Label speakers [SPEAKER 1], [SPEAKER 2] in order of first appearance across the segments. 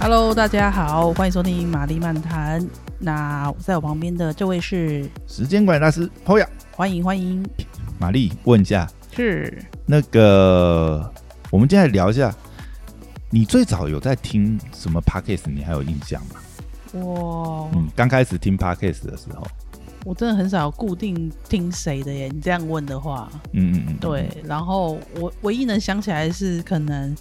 [SPEAKER 1] Hello，大家好，欢迎收听《玛丽漫谈》。那在我旁边的这位是，
[SPEAKER 2] 时间管理大师侯雅，
[SPEAKER 1] 欢迎欢迎，
[SPEAKER 2] 玛丽问一下，
[SPEAKER 1] 是
[SPEAKER 2] 那个我们今天来聊一下，你最早有在听什么 podcast？你还有印象吗？
[SPEAKER 1] 我
[SPEAKER 2] 嗯，刚开始听 podcast 的时候，
[SPEAKER 1] 我真的很少固定听谁的耶。你这样问的话，
[SPEAKER 2] 嗯嗯嗯，
[SPEAKER 1] 对。然后我唯一能想起来是可能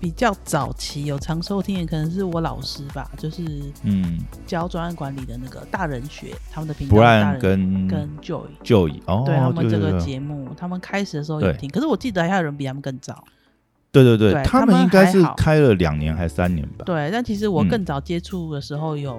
[SPEAKER 1] 比较早期有常收听的，可能是我老师吧，就是
[SPEAKER 2] 嗯，
[SPEAKER 1] 教专案管理的那个大人学他们的频道，
[SPEAKER 2] 不
[SPEAKER 1] 大
[SPEAKER 2] 然
[SPEAKER 1] 人
[SPEAKER 2] 跟
[SPEAKER 1] 跟 Joy。
[SPEAKER 2] 就以哦，
[SPEAKER 1] 对他们这个
[SPEAKER 2] 对对
[SPEAKER 1] 节目，他们开始的时候有
[SPEAKER 2] 对
[SPEAKER 1] 听，可是我记得还有人比他们更早。
[SPEAKER 2] 对对对
[SPEAKER 1] 对
[SPEAKER 2] 他
[SPEAKER 1] 他们
[SPEAKER 2] 们应该是
[SPEAKER 1] 还好
[SPEAKER 2] 开了两年还三年吧，
[SPEAKER 1] 对，但其实我
[SPEAKER 2] 嗯
[SPEAKER 1] 更早接触的时候有、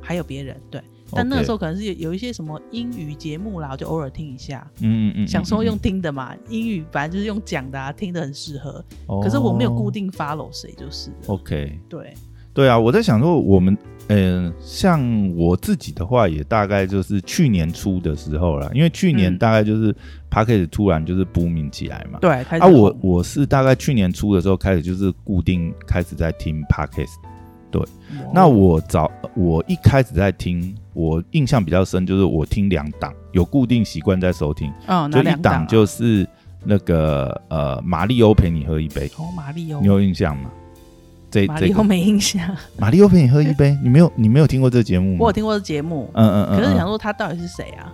[SPEAKER 1] 还有别人，对，但那个
[SPEAKER 2] OK
[SPEAKER 1] 时候可能是有有一些什么英语节目啦，我就偶尔听一下，
[SPEAKER 2] 嗯嗯嗯嗯，
[SPEAKER 1] 想说用
[SPEAKER 2] 嗯，
[SPEAKER 1] 听的嘛，英语本来就是用讲的、啊，听的很适合。
[SPEAKER 2] 哦
[SPEAKER 1] 可是我没有固。定 follow 谁，就是了
[SPEAKER 2] OK，
[SPEAKER 1] 对，
[SPEAKER 2] 对啊，我在想说，我们嗯、呃像我自己的话，也大概就是去年初的时候啦，因为去年
[SPEAKER 1] 嗯
[SPEAKER 2] 大概就是 p a c k a g e 突然就是 booming 起来嘛。
[SPEAKER 1] 对，开始
[SPEAKER 2] 啊，
[SPEAKER 1] 红
[SPEAKER 2] 我我是大概去年初的时候开始，就是固定开始在听 podcast。那我早我一开始在听，我印象比较深，就是我听两档，有固定习惯在收听，
[SPEAKER 1] 嗯，
[SPEAKER 2] 就
[SPEAKER 1] 哪
[SPEAKER 2] 一
[SPEAKER 1] 两
[SPEAKER 2] 档
[SPEAKER 1] 啊
[SPEAKER 2] 就是那个呃，马里欧陪你喝一杯，
[SPEAKER 1] 哦，马里欧
[SPEAKER 2] 你，有印象吗？这
[SPEAKER 1] 马
[SPEAKER 2] 这
[SPEAKER 1] 里欧
[SPEAKER 2] 个嗯
[SPEAKER 1] 没印象，
[SPEAKER 2] 马里欧陪你喝一杯，你没有你没有听过这个节目吗？
[SPEAKER 1] 我有听过这节目，
[SPEAKER 2] 嗯嗯嗯，
[SPEAKER 1] 可是想
[SPEAKER 2] 嗯
[SPEAKER 1] 说他到底是谁啊？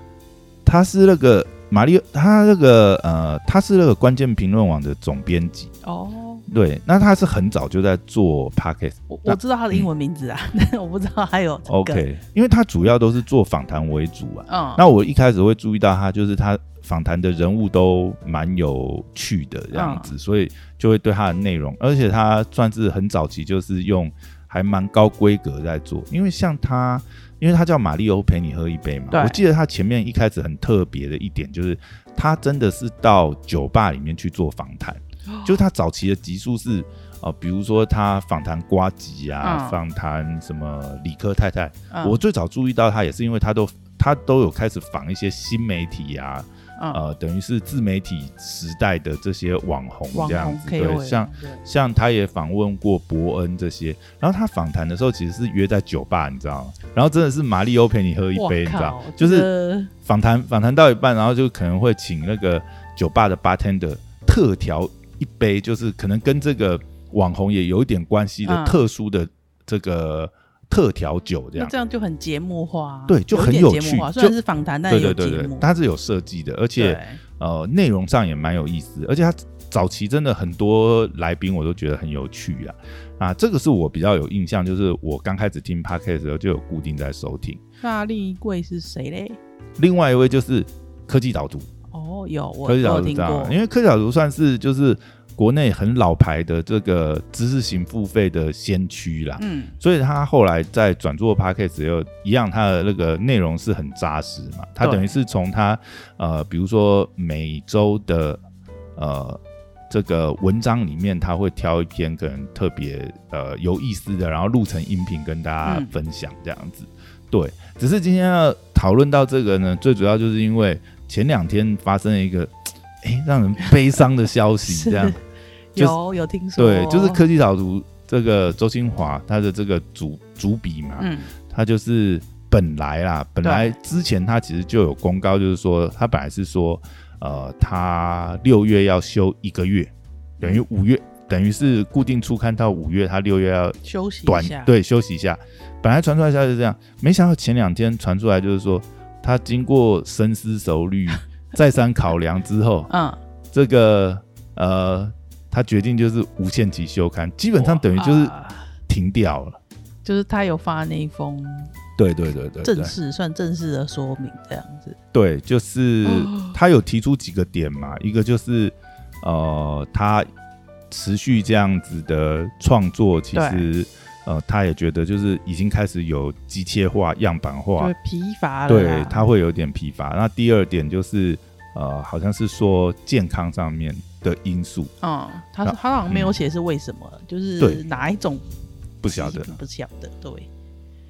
[SPEAKER 2] 他是那个马里，他那个呃，他是那个关键评论网的总编辑。
[SPEAKER 1] 哦，
[SPEAKER 2] 对，那他是很早就在做 podcast。
[SPEAKER 1] 我
[SPEAKER 2] 那
[SPEAKER 1] 我知道他的英文名字啊， 但我不知道还有这个
[SPEAKER 2] OK，因为他主要都是做访谈为主啊。
[SPEAKER 1] 嗯，
[SPEAKER 2] 那我一开始会注意到他，就是他访谈的人物都蛮有趣的这样
[SPEAKER 1] 嗯
[SPEAKER 2] 子，所以就会对他的内容，而且他算是很早期，就是用还蛮高规格在做，因为像他。因为他叫马里欧陪你喝一杯嘛，
[SPEAKER 1] 对
[SPEAKER 2] 我记得他前面一开始很特别的一点就是，他真的是到酒吧里面去做访谈，
[SPEAKER 1] 哦
[SPEAKER 2] 就是他早期的集数是呃，比如说他访谈瓜吉啊，
[SPEAKER 1] 嗯
[SPEAKER 2] 访谈什么理科太太，
[SPEAKER 1] 嗯
[SPEAKER 2] 我最早注意到他也是因为他都他都有开始仿一些新媒体啊，
[SPEAKER 1] 嗯
[SPEAKER 2] 呃，等于是自媒体时代的这些网红
[SPEAKER 1] 网
[SPEAKER 2] 这样
[SPEAKER 1] 红
[SPEAKER 2] 子，
[SPEAKER 1] KOL
[SPEAKER 2] 对，像像他也访问过伯恩这些，然后他访谈的时候其实是约在酒吧，你知道吗？然后真的是马里欧陪你喝一杯，你知道，就是
[SPEAKER 1] 是
[SPEAKER 2] 访谈访谈到一半，然后就可能会请那个酒吧的 bartender 特调一杯，就是可能跟这个网红也有一点关系的
[SPEAKER 1] 嗯
[SPEAKER 2] 特殊的这个特调酒这
[SPEAKER 1] 那
[SPEAKER 2] 样。
[SPEAKER 1] 这样就很节目化啊，
[SPEAKER 2] 对就
[SPEAKER 1] 有一
[SPEAKER 2] 很
[SPEAKER 1] 点
[SPEAKER 2] 有
[SPEAKER 1] 节目
[SPEAKER 2] 趣
[SPEAKER 1] 化虽
[SPEAKER 2] 就
[SPEAKER 1] 然是访谈，但
[SPEAKER 2] 对
[SPEAKER 1] 也有
[SPEAKER 2] 对
[SPEAKER 1] 节
[SPEAKER 2] 对对
[SPEAKER 1] 目，，
[SPEAKER 2] 它是有设计的，而且
[SPEAKER 1] 对
[SPEAKER 2] 呃内容上也蛮有意思，而且它早期真的很多来宾我都觉得很有趣啊啊，这个是我比较有印象，就是我刚开始听 podcast 的时候就有固定在收听。
[SPEAKER 1] 那另一位是谁嘞？
[SPEAKER 2] 另外一位就是科技导读，
[SPEAKER 1] 哦，有我
[SPEAKER 2] 科
[SPEAKER 1] 我
[SPEAKER 2] 技导
[SPEAKER 1] 有
[SPEAKER 2] 读
[SPEAKER 1] 听
[SPEAKER 2] 这样
[SPEAKER 1] 过，，
[SPEAKER 2] 因为科技导读算是就是国内很老牌的这个知识型付费的先驱啦，
[SPEAKER 1] 嗯，
[SPEAKER 2] 所以他后来在转做 podcast 又一样，他的那个内容是很扎实嘛。他
[SPEAKER 1] 对
[SPEAKER 2] 等于是从他呃，比如说每周的呃这个文章里面，他会挑一篇可能特别呃有意思的，然后录成音频跟大家
[SPEAKER 1] 嗯
[SPEAKER 2] 分享这样子。对，只是今天要讨论到这个呢，最主要就是因为前两天发生了一个哎、诶让人悲伤的消息，
[SPEAKER 1] 是
[SPEAKER 2] 这样。就是
[SPEAKER 1] 有有听说，
[SPEAKER 2] 对，就是科技导读这个周清华他的这个主主笔嘛，
[SPEAKER 1] 嗯
[SPEAKER 2] 他就是本来啦，本来之前他其实就有公告，就是说他本来是说，呃，他六月要休一个月，等于五月，等于是固定出刊到五月，他六月要
[SPEAKER 1] 休息一
[SPEAKER 2] 短
[SPEAKER 1] 下，
[SPEAKER 2] 对休息一下。本来传出来消息是这样，没想到前两天传出来就是说，他经过深思 熟虑、再三考量之后，
[SPEAKER 1] 嗯，
[SPEAKER 2] 这个呃，他决定就是无限期休刊，基本上等于就是
[SPEAKER 1] 啊
[SPEAKER 2] 停掉了。
[SPEAKER 1] 就是他有发那一封
[SPEAKER 2] 对对对对对
[SPEAKER 1] 正，式算正式的说明这样子，
[SPEAKER 2] 对，就是
[SPEAKER 1] 哦
[SPEAKER 2] 他有提出几个点嘛，一个就是呃，他持续这样子的创作，其实呃，他也觉得就是已经开始有机械化、样板
[SPEAKER 1] 就
[SPEAKER 2] 化
[SPEAKER 1] 会，疲乏了啦，
[SPEAKER 2] 对，他会有点疲乏。那第二点就是呃，好像是说健康上面的因素，
[SPEAKER 1] 嗯，他说他好像没有写是为什么，就是
[SPEAKER 2] 对
[SPEAKER 1] 哪一种
[SPEAKER 2] 不晓得，
[SPEAKER 1] 不晓得，对。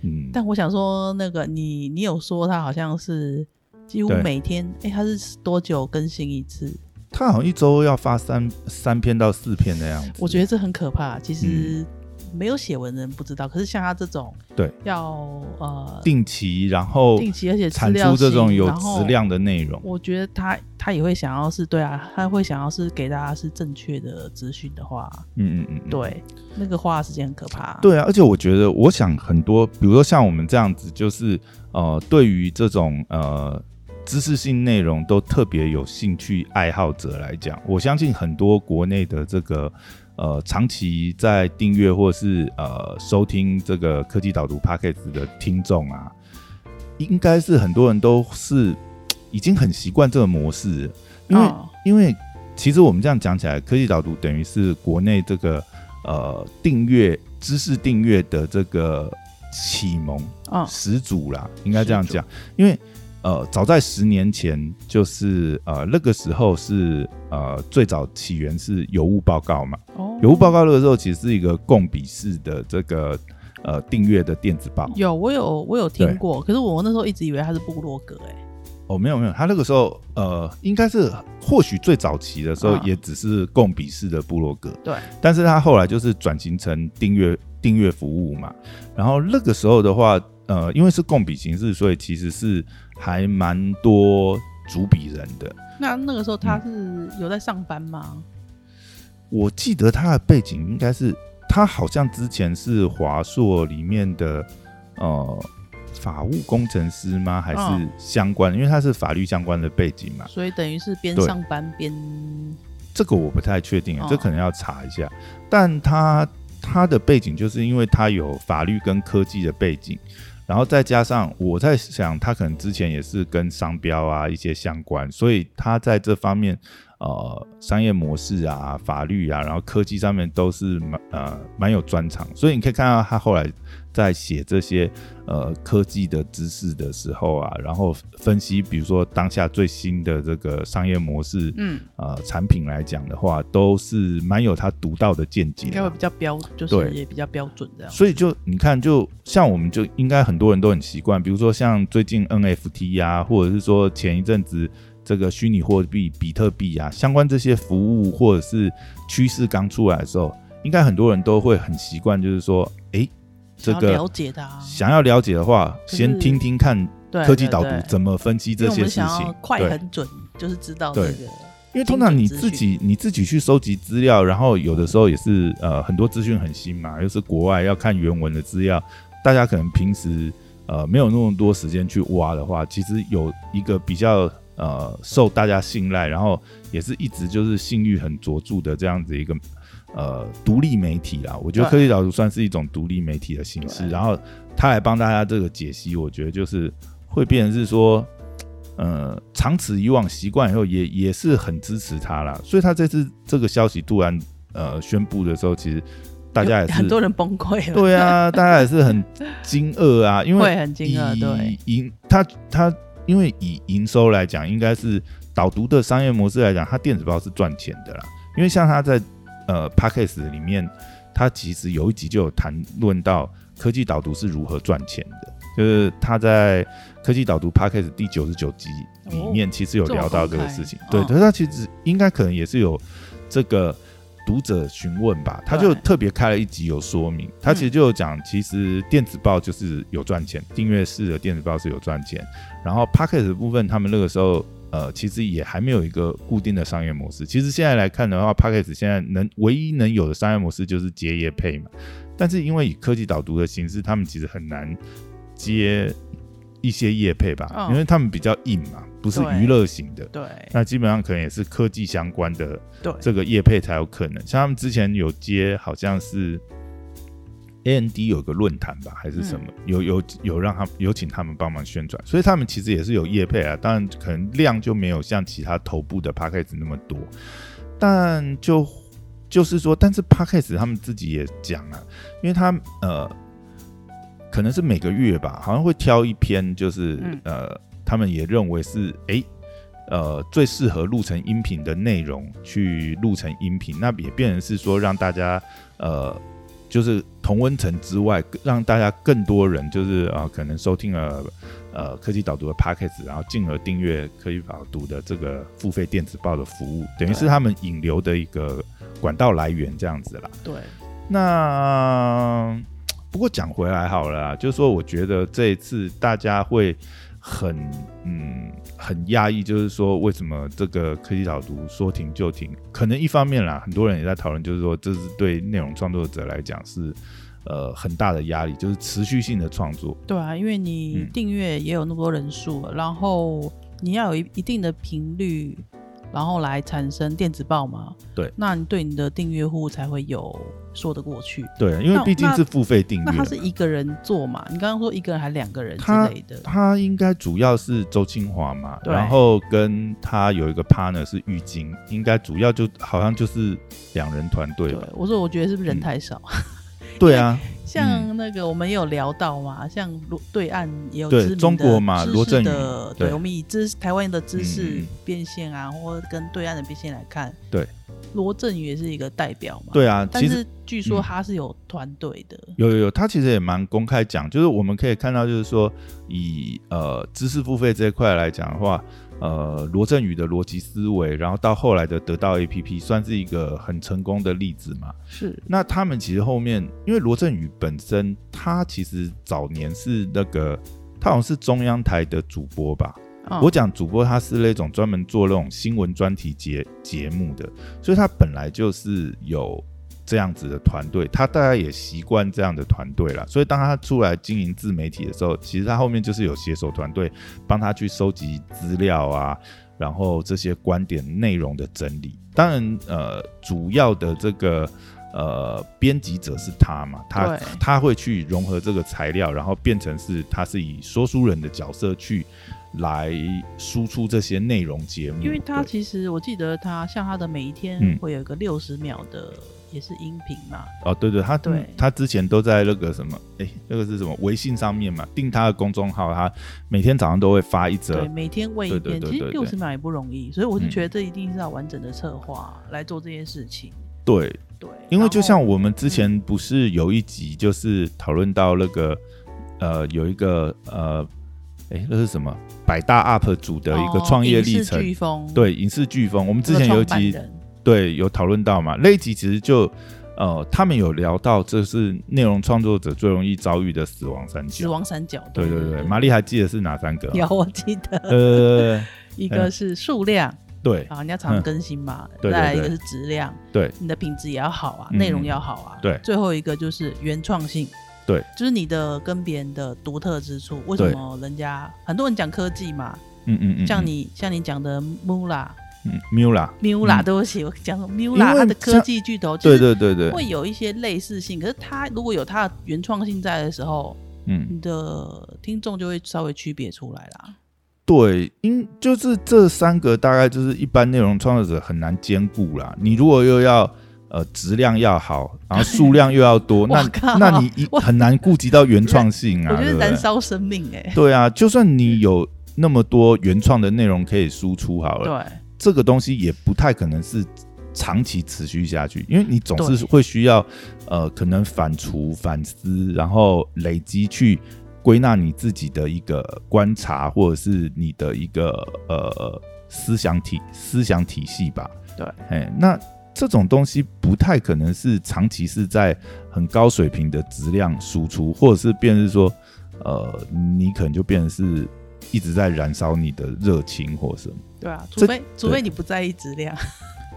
[SPEAKER 2] 嗯，
[SPEAKER 1] 但我想说，那个你你有说他好像是几乎
[SPEAKER 2] 对
[SPEAKER 1] 每天，哎、他是多久更新一次？
[SPEAKER 2] 他好像一周要发三三篇到四篇的样子。
[SPEAKER 1] 我觉得这很可怕。其实没有写文的人不知道，可是像他这种，
[SPEAKER 2] 嗯对，
[SPEAKER 1] 要呃
[SPEAKER 2] 定期，然后
[SPEAKER 1] 定期而且资
[SPEAKER 2] 产
[SPEAKER 1] 料
[SPEAKER 2] 出这种
[SPEAKER 1] 性
[SPEAKER 2] 有
[SPEAKER 1] 然后
[SPEAKER 2] 质量的内容。
[SPEAKER 1] 我觉得他他也会想要是对啊，他会想要是给大家是正确的资讯的话，
[SPEAKER 2] 嗯嗯嗯，嗯。
[SPEAKER 1] 对，啊那个花的时间很可怕。，
[SPEAKER 2] 对啊，而且我觉得，我想很多，比如说像我们这样子，就是呃，对于这种呃知识性内容都特别有兴趣爱好者来讲，我相信很多国内的这个呃长期在订阅或是呃收听这个科技导读 p a c k a g e 的听众啊，应该是很多人都是已经很习惯这个模式了，因为、
[SPEAKER 1] 嗯
[SPEAKER 2] 因为其实我们这样讲起来，科技导读等于是国内这个呃订阅知识订阅的这个启蒙
[SPEAKER 1] 嗯，
[SPEAKER 2] 始祖啦，应该这样
[SPEAKER 1] 始祖
[SPEAKER 2] 讲，因为呃早在十年前，就是呃那个时候是呃最早起源是有物报告嘛，
[SPEAKER 1] 哦
[SPEAKER 2] 有物报告那个时候其实是一个共笔式的这个呃订阅的电子报，
[SPEAKER 1] 有，我有我有听
[SPEAKER 2] 对
[SPEAKER 1] 过，可是我那时候一直以为他是部落格、欸，
[SPEAKER 2] 哦，没有没有，他那个时候呃，应该是或许最早期的时候
[SPEAKER 1] 嗯
[SPEAKER 2] 也只是共笔式的部落格，
[SPEAKER 1] 对，
[SPEAKER 2] 但是他后来就是转型成订阅订阅服务嘛。然后那个时候的话，呃，因为是共笔形式，所以其实是还蛮多主笔人的。
[SPEAKER 1] 那那个时候他是有在上班吗？
[SPEAKER 2] 我记得他的背景应该是他好像之前是华硕里面的呃法务工程师吗？还是
[SPEAKER 1] 嗯
[SPEAKER 2] 相关？因为他是法律相关的背景嘛。
[SPEAKER 1] 所以等于是边
[SPEAKER 2] 对
[SPEAKER 1] 上班边
[SPEAKER 2] 这个我不太确定
[SPEAKER 1] 哦，
[SPEAKER 2] 这可能要查一下。但他他的背景就是因为他有法律跟科技的背景，然后再加上我在想，他可能之前也是跟商标啊一些相关，所以他在这方面呃商业模式啊、法律啊，然后科技上面都是蛮呃蛮有专长。所以你可以看到他后来在写这些呃科技的知识的时候啊，然后分析比如说当下最新的这个商业模式，
[SPEAKER 1] 嗯，
[SPEAKER 2] 呃产品来讲的话，都是蛮有他独到的见解
[SPEAKER 1] 应该
[SPEAKER 2] 啊、
[SPEAKER 1] 会比较标，就是
[SPEAKER 2] 对
[SPEAKER 1] 也比较标准这样。
[SPEAKER 2] 所以就你看，就像我们就应该很多人都很习惯，比如说像最近 NFT 啊，或者是说前一阵子这个虚拟货币比特币啊，相关这些服务或者是趋势刚出来的时候，应该很多人都会很习惯，就是说，诶，这
[SPEAKER 1] 想要
[SPEAKER 2] 个
[SPEAKER 1] 了解的啊，
[SPEAKER 2] 想要了解的话，
[SPEAKER 1] 可是
[SPEAKER 2] 先听听看
[SPEAKER 1] 对
[SPEAKER 2] 科技导读
[SPEAKER 1] 对对
[SPEAKER 2] 怎么分析
[SPEAKER 1] 因
[SPEAKER 2] 这
[SPEAKER 1] 为我
[SPEAKER 2] 些
[SPEAKER 1] 们
[SPEAKER 2] 事
[SPEAKER 1] 想
[SPEAKER 2] 情
[SPEAKER 1] 要，快
[SPEAKER 2] 对
[SPEAKER 1] 很准，就是知道这
[SPEAKER 2] 对
[SPEAKER 1] 个。
[SPEAKER 2] 因为通常你自己你自己去收集资料，然后有的时候也是呃很多资讯很新嘛，又是国外要看原文的资料，大家可能平时呃没有那么多时间去挖的话，其实有一个比较呃受大家信赖，然后也是一直就是信誉很卓著的这样子一个呃独立媒体啦。我觉
[SPEAKER 1] 对
[SPEAKER 2] 得科技导读算是一种独立媒体的形式，
[SPEAKER 1] 对
[SPEAKER 2] 然后他来帮大家这个解析，我觉得就是会变成是说呃，长此以往习惯以后也，也是很支持他啦。所以他这次这个消息突然呃宣布的时候，其实大家也
[SPEAKER 1] 有
[SPEAKER 2] 是
[SPEAKER 1] 很多人崩溃了，
[SPEAKER 2] 对 啊，大家也是很惊愕啊，因
[SPEAKER 1] 会
[SPEAKER 2] 为
[SPEAKER 1] 很惊
[SPEAKER 2] 以
[SPEAKER 1] 愕，对，
[SPEAKER 2] 营他他因为以营收来讲，应该是导读的商业模式来讲，它电子报是赚钱的啦。因为像他在呃 p a c k a g e 里面，他其实有一集就有谈论到科技导读是如何赚钱的，就是他在科技导读 p a c k a g e 第九十九集里面，其实有聊到这个事情。
[SPEAKER 1] 哦这么公开哦
[SPEAKER 2] 对，可是他其实应该可能也是有这个。读者询问吧，他就
[SPEAKER 1] 对
[SPEAKER 2] 特别开了一集有说明，他其实就有讲，其实电子报就是有赚钱，订阅式的电子报是有赚钱，然后 p a c k e t 的部分，他们那个时候呃，其实也还没有一个固定的商业模式。其实现在来看的话 p a c k e t 现在能唯一能有的商业模式就是接业配嘛，但是因为以科技导读的形式，他们其实很难接一些业配吧，
[SPEAKER 1] 嗯
[SPEAKER 2] 因为他们比较硬嘛，不是
[SPEAKER 1] 对
[SPEAKER 2] 娱乐型的。
[SPEAKER 1] 对，
[SPEAKER 2] 那基本上可能也是科技相关的
[SPEAKER 1] 对
[SPEAKER 2] 这个业配才有可能。像他们之前有接，好像是 AND 有个论坛吧，还是什么，
[SPEAKER 1] 嗯
[SPEAKER 2] 有有有让他有请他们帮忙宣传，所以他们其实也是有业配啊，当然可能量就没有像其他头部的 p a c k a g e 那么多，但就就是说，但是 p a c k a g e 他们自己也讲啊，因为他呃。可能是每个月吧，好像会挑一篇，就是、
[SPEAKER 1] 嗯
[SPEAKER 2] 呃，他们也认为是诶。呃最适合录成音频的内容去录成音频，那也变成是说让大家呃就是同温层之外，让大家更多人就是啊、呃可能收听了呃科技导读的 podcast，然后进而订阅科技导读的这个付费电子报的服务，等于
[SPEAKER 1] 对
[SPEAKER 2] 是他们引流的一个管道来源这样子啦。
[SPEAKER 1] 对，
[SPEAKER 2] 那呃不过讲回来好了啦，就是说，我觉得这一次大家会很嗯很压抑，就是说为什么这个科技导读说停就停？可能一方面啦，很多人也在讨论，就是说这是对内容创作者来讲是呃很大的压力，就是持续性的创作。
[SPEAKER 1] 对啊，因为你
[SPEAKER 2] 嗯
[SPEAKER 1] 订阅也有那么多人数了，然后你要有一一定的频率，然后来产生电子报嘛。
[SPEAKER 2] 对
[SPEAKER 1] 那你对你的订阅户才会有说得过去。
[SPEAKER 2] 对，因为
[SPEAKER 1] 那
[SPEAKER 2] 毕竟
[SPEAKER 1] 那
[SPEAKER 2] 是付费订
[SPEAKER 1] 那
[SPEAKER 2] 阅
[SPEAKER 1] 他
[SPEAKER 2] 嘛。
[SPEAKER 1] 是一个人做嘛？你刚刚说一个人还两个人之
[SPEAKER 2] 他
[SPEAKER 1] 类的，
[SPEAKER 2] 他应该主要是周清华嘛，
[SPEAKER 1] 对
[SPEAKER 2] 然后跟他有一个 partner 是玉晶，应该主要就好像就是两人团队
[SPEAKER 1] 对
[SPEAKER 2] 吧。
[SPEAKER 1] 我说我觉得是不是人
[SPEAKER 2] 嗯
[SPEAKER 1] 太少？
[SPEAKER 2] 对啊，
[SPEAKER 1] 像那个我们也有聊到嘛，像罗对岸也有
[SPEAKER 2] 对
[SPEAKER 1] 知名的
[SPEAKER 2] 中国嘛
[SPEAKER 1] 知识
[SPEAKER 2] 罗振宇
[SPEAKER 1] 的，
[SPEAKER 2] 对
[SPEAKER 1] 对，我们以知台湾的知
[SPEAKER 2] 嗯嗯
[SPEAKER 1] 识
[SPEAKER 2] 嗯
[SPEAKER 1] 变现啊，或跟对岸的变现来看，
[SPEAKER 2] 对，
[SPEAKER 1] 罗振宇也是一个代表嘛，，
[SPEAKER 2] 对啊，
[SPEAKER 1] 但
[SPEAKER 2] 其实嗯
[SPEAKER 1] 是据说他是有团队的，
[SPEAKER 2] 有有有，他其实也蛮公开讲，就是我们可以看到，就是说以呃知识付费这一块来讲的话，呃罗振宇的逻辑思维，然后到后来的得到 APP，算是一个很成功的例子嘛。
[SPEAKER 1] 是
[SPEAKER 2] 那他们其实后面，因为罗振宇本身他其实早年是那个，他好像是中央台的主播吧。
[SPEAKER 1] 嗯
[SPEAKER 2] 我讲主播，他是那种专门做那种新闻专题节节目的，所以他本来就是有这样子的团队，他大概也习惯这样的团队了。所以当他出来经营自媒体的时候，其实他后面就是有携手团队帮他去收集资料啊，然后这些观点内容的整理。当然，呃，主要的这个呃编辑者是他嘛，他
[SPEAKER 1] 对
[SPEAKER 2] 他会去融合这个材料，然后变成是他是以说书人的角色去来输出这些内容节目。
[SPEAKER 1] 因为他
[SPEAKER 2] 对
[SPEAKER 1] 其实我记得他像他的每一天
[SPEAKER 2] 嗯
[SPEAKER 1] 会有一个六十秒的也是音频嘛，
[SPEAKER 2] 哦，对对，他
[SPEAKER 1] 对
[SPEAKER 2] 他之前都在那个什么，哎，那个是什么微信上面嘛，定他的公众号，他每天早上都会发一则
[SPEAKER 1] 对，。每天喂一
[SPEAKER 2] 对对
[SPEAKER 1] 遍，
[SPEAKER 2] 对
[SPEAKER 1] 其实
[SPEAKER 2] 对对
[SPEAKER 1] 六十秒也不容易，所以我是
[SPEAKER 2] 嗯
[SPEAKER 1] 觉得这一定是要完整的策划来做这件事情，
[SPEAKER 2] 对，
[SPEAKER 1] 对，
[SPEAKER 2] 因为就
[SPEAKER 1] 然后
[SPEAKER 2] 像我们之前不是有一集就是讨论到那个呃有一个呃哎那是什么百大 UP 主的一个
[SPEAKER 1] 哦
[SPEAKER 2] 创业
[SPEAKER 1] 影视
[SPEAKER 2] 历程，
[SPEAKER 1] 飓风，
[SPEAKER 2] 对影视飓风，我们
[SPEAKER 1] 这
[SPEAKER 2] 之
[SPEAKER 1] 个
[SPEAKER 2] 前有一
[SPEAKER 1] 创办
[SPEAKER 2] 集
[SPEAKER 1] 人，
[SPEAKER 2] 对有讨论到嘛，那一集其实就呃他们有聊到这是内容创作者最容易遭遇的死亡三
[SPEAKER 1] 死
[SPEAKER 2] 角，
[SPEAKER 1] 亡三角，
[SPEAKER 2] 对对
[SPEAKER 1] 对
[SPEAKER 2] 对，玛丽还记得是哪三个吗？啊
[SPEAKER 1] 有我记得，
[SPEAKER 2] 呃
[SPEAKER 1] 一个是数量
[SPEAKER 2] 对
[SPEAKER 1] 啊，你要常更新嘛，
[SPEAKER 2] 嗯对对对
[SPEAKER 1] 再来一个是质量，
[SPEAKER 2] 对，
[SPEAKER 1] 你的品质也要好啊，
[SPEAKER 2] 嗯
[SPEAKER 1] 内容要好啊，
[SPEAKER 2] 对
[SPEAKER 1] 最后一个就是原创性。
[SPEAKER 2] 对，
[SPEAKER 1] 就是你的跟别人的独特之处。为
[SPEAKER 2] 对
[SPEAKER 1] 什么人家很多人讲科技嘛，
[SPEAKER 2] 嗯嗯嗯，
[SPEAKER 1] 像你像你讲的 Mula
[SPEAKER 2] 嗯 Mula，
[SPEAKER 1] Mula，
[SPEAKER 2] 嗯
[SPEAKER 1] 对不起，我讲说
[SPEAKER 2] 为
[SPEAKER 1] Mula，它的科
[SPEAKER 2] 像
[SPEAKER 1] 技巨头，
[SPEAKER 2] 对对对对，
[SPEAKER 1] 会有一些类似性，可是它如果有它的原创性在的时候，
[SPEAKER 2] 嗯。
[SPEAKER 1] 你的听众就会稍微区别出来啦。
[SPEAKER 2] 对，因就是这三个大概就是一般内容创作者很难兼顾啦。你如果又要呃质量要好，然后数量又要多，那
[SPEAKER 1] 我靠
[SPEAKER 2] 那你一
[SPEAKER 1] 我
[SPEAKER 2] 很难顾及到原创性啊，
[SPEAKER 1] 我觉
[SPEAKER 2] 对
[SPEAKER 1] 得
[SPEAKER 2] 不
[SPEAKER 1] 燃
[SPEAKER 2] 对？
[SPEAKER 1] 烧生命哎、
[SPEAKER 2] 对啊，就算你有那么多原创的内容可以输出好了，
[SPEAKER 1] 对，
[SPEAKER 2] 这个东西也不太可能是长期持续下去，因为你总是
[SPEAKER 1] 对
[SPEAKER 2] 会需要呃可能反刍、反思，然后累积去归纳你自己的一个观察，或者是你的一个呃思想体思想体系吧。
[SPEAKER 1] 对，
[SPEAKER 2] 哎，那这种东西不太可能是长期是在很高水平的质量输出，或者是变成是说，呃，你可能就变成是一直在燃烧你的热情 或什么。
[SPEAKER 1] 对啊，
[SPEAKER 2] 这
[SPEAKER 1] 除非除非你不在意质量，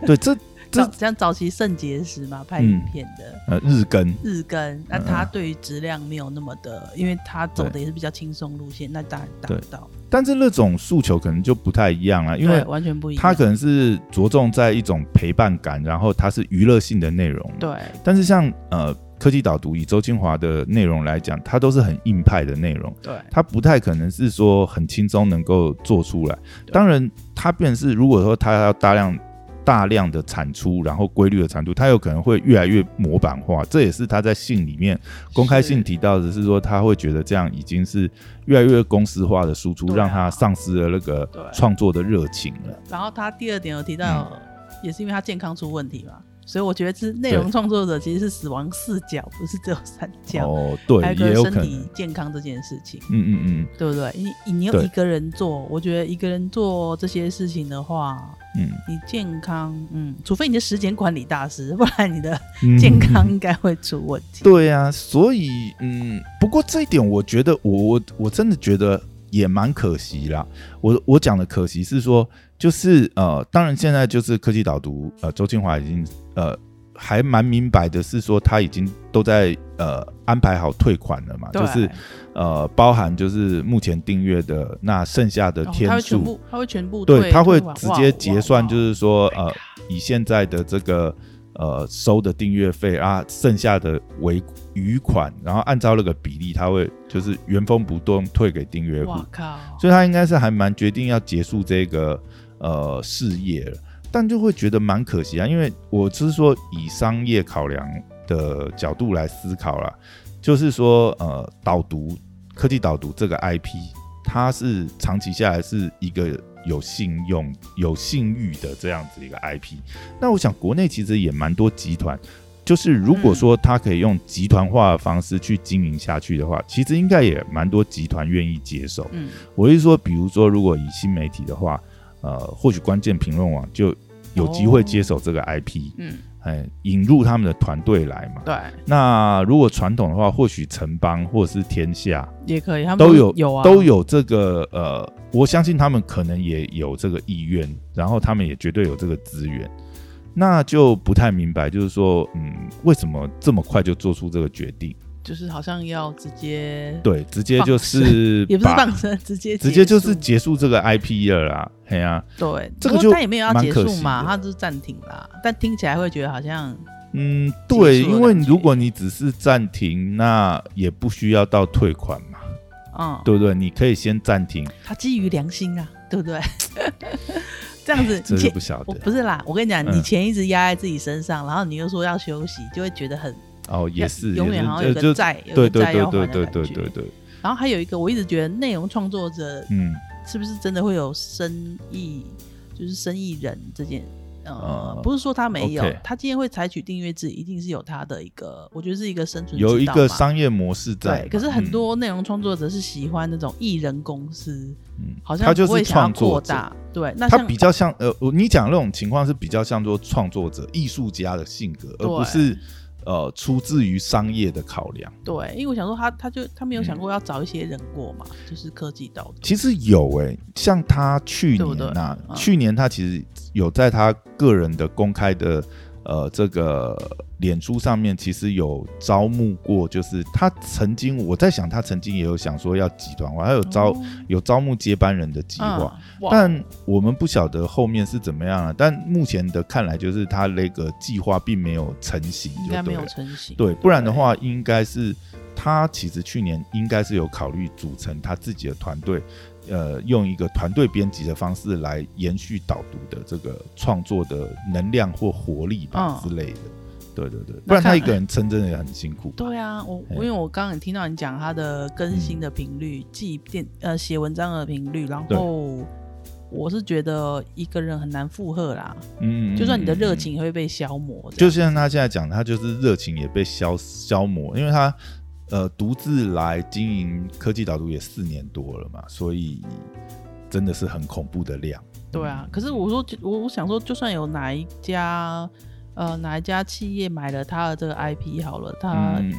[SPEAKER 2] 对，这这
[SPEAKER 1] 早像早期肾结石嘛，拍影片的。
[SPEAKER 2] 呃日更，
[SPEAKER 1] 日更，
[SPEAKER 2] 嗯
[SPEAKER 1] 那他对于质量没有那么的，因为他走的也是比较轻松路线，那当然达不到，
[SPEAKER 2] 但是那种诉求可能就不太一样了，因
[SPEAKER 1] 对
[SPEAKER 2] 为
[SPEAKER 1] 完全不一样。
[SPEAKER 2] 它可能是着重在一种陪伴感，然后它是娱乐性的内容。，
[SPEAKER 1] 对
[SPEAKER 2] 但是像呃科技导读以周清华的内容来讲，它都是很硬派的内容。
[SPEAKER 1] 对
[SPEAKER 2] 它不太可能是说很轻松能够做出来。
[SPEAKER 1] 对
[SPEAKER 2] 当然，它便是如果说它要大量大量的产出，然后规律的产出，它有可能会越来越模板化。这也是他在信里面公开信
[SPEAKER 1] 是
[SPEAKER 2] 提到的是说，他会觉得这样已经是越来越公式化的输出，
[SPEAKER 1] 对啊
[SPEAKER 2] 让他丧失了那个
[SPEAKER 1] 对啊
[SPEAKER 2] 创作的热情了。嗯
[SPEAKER 1] 然后他第二点有提到，也是因为他健康出问题嘛，所以我觉得是内容创作者其实是死亡四角，不是只有三角。
[SPEAKER 2] 哦，对
[SPEAKER 1] 还，有个
[SPEAKER 2] 也有
[SPEAKER 1] 身
[SPEAKER 2] 可能
[SPEAKER 1] 体，健康这件事情，
[SPEAKER 2] 嗯嗯嗯
[SPEAKER 1] 对不对？你你有
[SPEAKER 2] 对
[SPEAKER 1] 一个人做，我觉得一个人做这些事情的话，
[SPEAKER 2] 嗯
[SPEAKER 1] 你健康，嗯，除非你的时间管理大师， 不然你的
[SPEAKER 2] 嗯，
[SPEAKER 1] 健康应该会出问题。
[SPEAKER 2] 对呀、所以嗯，不过这一点我觉得我我我真的觉得也蛮可惜啦。我我讲的可惜是说，就是呃，当然现在就是科技导读，呃，周清华已经呃还蛮明白的是说他已经都在呃安排好退款了嘛，
[SPEAKER 1] 对，
[SPEAKER 2] 就是呃包含就是目前订阅的那剩下的
[SPEAKER 1] 哦
[SPEAKER 2] 天
[SPEAKER 1] 他会
[SPEAKER 2] 数，
[SPEAKER 1] 全部，他会全部
[SPEAKER 2] 对，他会
[SPEAKER 1] 退完
[SPEAKER 2] 直
[SPEAKER 1] 哇
[SPEAKER 2] 接
[SPEAKER 1] 哇
[SPEAKER 2] 结算，
[SPEAKER 1] 哇
[SPEAKER 2] 就是说，呃，以现在的这个呃收的订阅费啊，剩下的为余款，然后按照那个比例，他会就是原封不动退给订阅户
[SPEAKER 1] 哇，靠，
[SPEAKER 2] 所以他应该是还蛮决定要结束这个呃事业了，但就会觉得蛮可惜啊，因为我是说以商业考量的角度来思考啦，就是说呃导读科技导读这个 IP，它是长期下来是一个有信用、有信誉的这样子一个 IP。那我想国内其实也蛮多集团，就是如果说它可以用集团化的方式去经营下去的话，其实应该也蛮多集团愿意接手。
[SPEAKER 1] 嗯，
[SPEAKER 2] 我是说，比如说，如果以新媒体的话，呃，或许关键评论网就有机会接手这个 IP，、
[SPEAKER 1] 嗯，
[SPEAKER 2] 哎，引入他们的团队来嘛。
[SPEAKER 1] 对，
[SPEAKER 2] 那如果传统的话，或许城邦或者是天下
[SPEAKER 1] 也可以，他们
[SPEAKER 2] 都有
[SPEAKER 1] 有啊，
[SPEAKER 2] 都有这个呃，我相信他们可能也有这个意愿，然后他们也绝对有这个资源。那就不太明白，就是说，嗯，为什么这么快就做出这个决定？
[SPEAKER 1] 就是好像要直接，
[SPEAKER 2] 对，直接
[SPEAKER 1] 放
[SPEAKER 2] 就是
[SPEAKER 1] 也不是
[SPEAKER 2] 把
[SPEAKER 1] 放生，直接
[SPEAKER 2] 直接就是
[SPEAKER 1] 结束
[SPEAKER 2] 结束这个 IP 了啦，嘿啊呀、
[SPEAKER 1] 对，
[SPEAKER 2] 这
[SPEAKER 1] 不
[SPEAKER 2] 个
[SPEAKER 1] 过
[SPEAKER 2] 就
[SPEAKER 1] 他也没有要
[SPEAKER 2] 蛮
[SPEAKER 1] 结
[SPEAKER 2] 可
[SPEAKER 1] 束
[SPEAKER 2] 惜
[SPEAKER 1] 嘛，
[SPEAKER 2] 的
[SPEAKER 1] 他就是暂停啦。但听起来会觉得好像
[SPEAKER 2] 嗯，对，
[SPEAKER 1] 结束的
[SPEAKER 2] 因为
[SPEAKER 1] 感觉
[SPEAKER 2] 如果你只是暂停，那也不需要到退款嘛，
[SPEAKER 1] 嗯，
[SPEAKER 2] 对不对？你可以先暂停，
[SPEAKER 1] 他基于良心啊，对不对？ 这样子
[SPEAKER 2] 这
[SPEAKER 1] 你
[SPEAKER 2] 就
[SPEAKER 1] 前
[SPEAKER 2] 不晓
[SPEAKER 1] 我
[SPEAKER 2] 得
[SPEAKER 1] 不是啦，我跟你讲，你
[SPEAKER 2] 嗯
[SPEAKER 1] 钱一直压在自己身上，然后你又说要休息，就会觉得很
[SPEAKER 2] 哦，也是，
[SPEAKER 1] 永
[SPEAKER 2] 也
[SPEAKER 1] 远
[SPEAKER 2] 是
[SPEAKER 1] 好像有
[SPEAKER 2] 呃
[SPEAKER 1] 个
[SPEAKER 2] 就
[SPEAKER 1] 债，有个
[SPEAKER 2] 对对
[SPEAKER 1] 债
[SPEAKER 2] 对
[SPEAKER 1] 要还
[SPEAKER 2] 对
[SPEAKER 1] 的
[SPEAKER 2] 对
[SPEAKER 1] 感
[SPEAKER 2] 对对
[SPEAKER 1] 觉。
[SPEAKER 2] 对，
[SPEAKER 1] 然后还有一个，我一直觉得内容创作者
[SPEAKER 2] 嗯，
[SPEAKER 1] 是不是真的会有生意，就是生意人这件。呃
[SPEAKER 2] 哦，
[SPEAKER 1] 不是说他没有
[SPEAKER 2] OK，
[SPEAKER 1] 他今天会采取订阅制，一定是有他的一个，我觉得是一个生存之
[SPEAKER 2] 有一
[SPEAKER 1] 道
[SPEAKER 2] 个
[SPEAKER 1] 嘛
[SPEAKER 2] 商业模式在
[SPEAKER 1] 对
[SPEAKER 2] 嘛，，
[SPEAKER 1] 可是很
[SPEAKER 2] 嗯
[SPEAKER 1] 多内容创作者是喜欢那种艺人公司，
[SPEAKER 2] 嗯
[SPEAKER 1] 好
[SPEAKER 2] 他
[SPEAKER 1] 像
[SPEAKER 2] 就
[SPEAKER 1] 不会
[SPEAKER 2] 是
[SPEAKER 1] 想要
[SPEAKER 2] 创
[SPEAKER 1] 扩
[SPEAKER 2] 作者，
[SPEAKER 1] 大。对，那
[SPEAKER 2] 他
[SPEAKER 1] 像
[SPEAKER 2] 比较像呃，我你讲的那种情况是比较像做创作者、艺术家的性格，而不
[SPEAKER 1] 对
[SPEAKER 2] 是呃出自于商业的考量。
[SPEAKER 1] 对，因为我想说他，他就他没有想
[SPEAKER 2] 嗯
[SPEAKER 1] 过要找一些人过嘛，就是科技导读。
[SPEAKER 2] 其实有诶、像他去
[SPEAKER 1] 对不
[SPEAKER 2] 年
[SPEAKER 1] 对
[SPEAKER 2] 呐、
[SPEAKER 1] 嗯
[SPEAKER 2] 去年他其实有在他个人的公开的呃这个脸书上面，其实有招募过，就是他曾经我在想，他曾经也有想说要集团化，他有招、
[SPEAKER 1] 哦
[SPEAKER 2] 有招募接班人的计划，
[SPEAKER 1] 嗯哇
[SPEAKER 2] 但我们不晓得后面是怎么样了、啊但目前的看来，就是他那个计划并没有成型，
[SPEAKER 1] 应
[SPEAKER 2] 就
[SPEAKER 1] 该没
[SPEAKER 2] 对
[SPEAKER 1] 有
[SPEAKER 2] 了。
[SPEAKER 1] 成型。
[SPEAKER 2] 对，不然的话，应该是他其实去年应该是有考虑组成他自己的团队，呃，用一个团队编辑的方式来延续导读的这个创作的能量或活力吧、
[SPEAKER 1] 嗯
[SPEAKER 2] 之类的。对对对，不
[SPEAKER 1] 那
[SPEAKER 2] 然他
[SPEAKER 1] 看
[SPEAKER 2] 一个人撑真的也很辛苦。
[SPEAKER 1] 对啊，我
[SPEAKER 2] 哎嘿嗯
[SPEAKER 1] 我因为我刚刚也听到你讲他的更新的频率，记电呃写文章的频率，然
[SPEAKER 2] 对
[SPEAKER 1] 后我是觉得一个人很难负荷啦，
[SPEAKER 2] 嗯，嗯
[SPEAKER 1] 就算你的热。
[SPEAKER 2] 嗯嗯
[SPEAKER 1] 情也会被消磨这样。
[SPEAKER 2] 就像他现在讲，他就是热情也被消消磨，因为他呃独自来经营科技导读也四年多了嘛，所以真的是很恐怖的量。
[SPEAKER 1] 对啊，可是我说，就我我想说，就算有哪一家，呃，哪一家企业买了他的这个 IP 好了，他、
[SPEAKER 2] 嗯，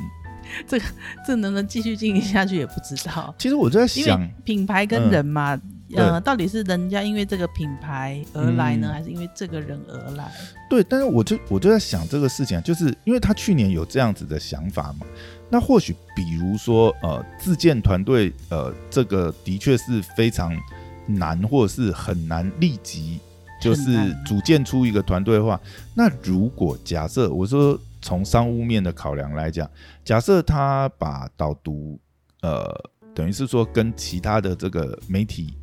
[SPEAKER 1] 这能不能继续经营下去也不知道，
[SPEAKER 2] 其实我就在
[SPEAKER 1] 因
[SPEAKER 2] 想
[SPEAKER 1] 为，品牌跟
[SPEAKER 2] 嗯
[SPEAKER 1] 人嘛，
[SPEAKER 2] 对
[SPEAKER 1] 呃，到底是人家因为这个品牌而来呢，
[SPEAKER 2] 嗯
[SPEAKER 1] 还是因为这个人而来？
[SPEAKER 2] 对，但是我就我就在想这个事情啊，就是因为他去年有这样子的想法嘛，那或许比如说呃，自建团队呃，这个的确是非常难，或者是很难立即就
[SPEAKER 1] 很
[SPEAKER 2] 是
[SPEAKER 1] 难
[SPEAKER 2] 组建出一个团队的话，那如果假设我说从商务面的考量来讲，假设他把导读呃，等于是说跟其他的这个媒体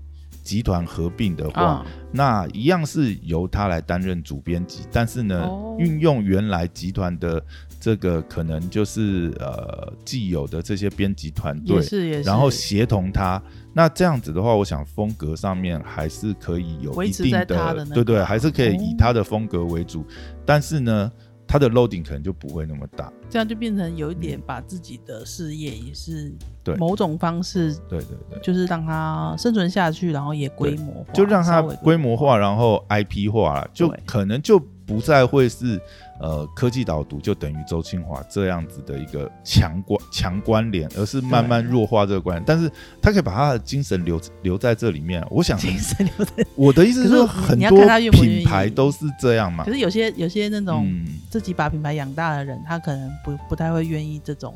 [SPEAKER 2] 集团合并的话，
[SPEAKER 1] 啊、
[SPEAKER 2] 那一样是由他来担任主编辑，但是呢，
[SPEAKER 1] 哦
[SPEAKER 2] 运用原来集团的这个可能就是呃既有的这些编辑团队
[SPEAKER 1] 也，是也是，
[SPEAKER 2] 然后协同他。那这样子的话，我想风格上面还是可以有
[SPEAKER 1] 维
[SPEAKER 2] 一
[SPEAKER 1] 持
[SPEAKER 2] 定
[SPEAKER 1] 在
[SPEAKER 2] 的，
[SPEAKER 1] 他的那个哦
[SPEAKER 2] 对对，还是可以以他的风格为主。但是呢，它的 loading 可能就不会那么大。
[SPEAKER 1] 这样就变成有一点把自己的事业也是
[SPEAKER 2] 对
[SPEAKER 1] 某种方式，
[SPEAKER 2] 对对对，
[SPEAKER 1] 就是让它生存下去，然后也规模化，
[SPEAKER 2] 就让
[SPEAKER 1] 稍
[SPEAKER 2] 它
[SPEAKER 1] 微
[SPEAKER 2] 规模化，然后 IP 化，就
[SPEAKER 1] 对
[SPEAKER 2] 可能就不再会是呃科技导读就等于周清华这样子的一个强关强关联，而是慢慢
[SPEAKER 1] 对
[SPEAKER 2] 弱化这个关联。但是他可以把他的精神留留在这里面。啊我想
[SPEAKER 1] 精神流程。
[SPEAKER 2] 我的意思
[SPEAKER 1] 可
[SPEAKER 2] 是
[SPEAKER 1] 是
[SPEAKER 2] 说，
[SPEAKER 1] 我
[SPEAKER 2] 很
[SPEAKER 1] 你要
[SPEAKER 2] 多
[SPEAKER 1] 看他愿不愿意
[SPEAKER 2] 品牌都是这样嘛
[SPEAKER 1] 可。是有些有些那种
[SPEAKER 2] 嗯，
[SPEAKER 1] 自己把品牌养大的人，他可能不不太会愿意这种，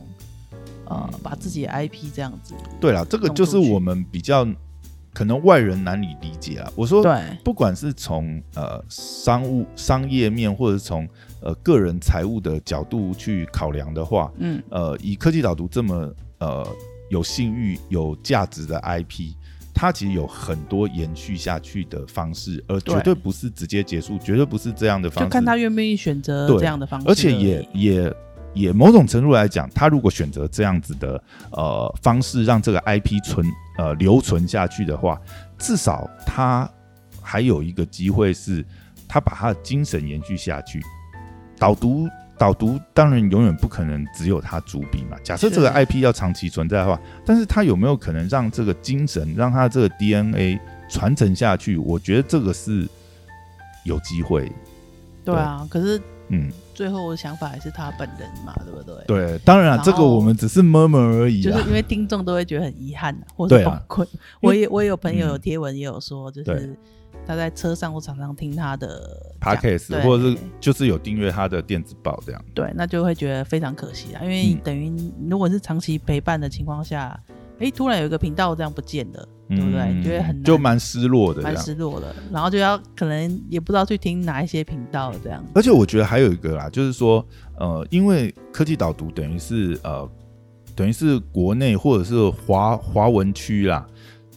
[SPEAKER 1] 呃，
[SPEAKER 2] 嗯
[SPEAKER 1] 把自己的 IP 这样子。
[SPEAKER 2] 对了，这个就是我们比较可能外人难以理解啊。我说
[SPEAKER 1] 对，
[SPEAKER 2] 不管是从呃商务商业面，或者是从呃个人财务的角度去考量的话，
[SPEAKER 1] 嗯，
[SPEAKER 2] 呃，以科技导读这么呃有信誉、有价值的 IP，它其实有很多延续下去的方式，而绝
[SPEAKER 1] 对
[SPEAKER 2] 对不是直接结束，绝对不是这样的方
[SPEAKER 1] 就
[SPEAKER 2] 式。
[SPEAKER 1] 看他愿不愿意选择
[SPEAKER 2] 对
[SPEAKER 1] 这样的方式
[SPEAKER 2] 而且
[SPEAKER 1] 已
[SPEAKER 2] 也也也某种程度来讲，他如果选择这样子的呃方式，让这个 IP 存呃留存下去的话，至少他还有一个机会是，他把他的精神延续下去。导读导读当然永远不可能只有他主笔嘛。假设这个
[SPEAKER 1] 是
[SPEAKER 2] IP 要长期存在的话，但是他有没有可能让这个精神，让他这个 DNA 传承下去？我觉得这个是有机会。
[SPEAKER 1] 对啊。可是
[SPEAKER 2] 嗯，
[SPEAKER 1] 最后的想法还是他本人嘛，对不对？
[SPEAKER 2] 对，当然啊
[SPEAKER 1] 然
[SPEAKER 2] 这个
[SPEAKER 1] 后
[SPEAKER 2] 我们只是 murmur 而已
[SPEAKER 1] 就
[SPEAKER 2] 啊。
[SPEAKER 1] 是因为听众都会觉得很遗憾、啊、或者
[SPEAKER 2] 对
[SPEAKER 1] 崩
[SPEAKER 2] 啊
[SPEAKER 1] 溃。
[SPEAKER 2] 因
[SPEAKER 1] 我
[SPEAKER 2] 为
[SPEAKER 1] 也我也有朋友
[SPEAKER 2] 嗯
[SPEAKER 1] 有贴文也有说，就
[SPEAKER 2] 对
[SPEAKER 1] 是他在车上，我常常听他的
[SPEAKER 2] podcast
[SPEAKER 1] 讲
[SPEAKER 2] 或者是
[SPEAKER 1] 对
[SPEAKER 2] 就是有订阅他的电子报这样。
[SPEAKER 1] 对，那就会觉得非常可惜啊，因为
[SPEAKER 2] 嗯
[SPEAKER 1] 等于如果是长期陪伴的情况下，哎、突然有一个频道这样不见了，对不对？
[SPEAKER 2] 嗯
[SPEAKER 1] 觉得很
[SPEAKER 2] 就蛮失落的这
[SPEAKER 1] 蛮
[SPEAKER 2] 样。
[SPEAKER 1] 失落的，然后就要可能也不知道去听哪一些频道这样。
[SPEAKER 2] 而且我觉得还有一个啦，就是说，呃，因为科技导读等于是呃，等于是国内或者是华华文区啦，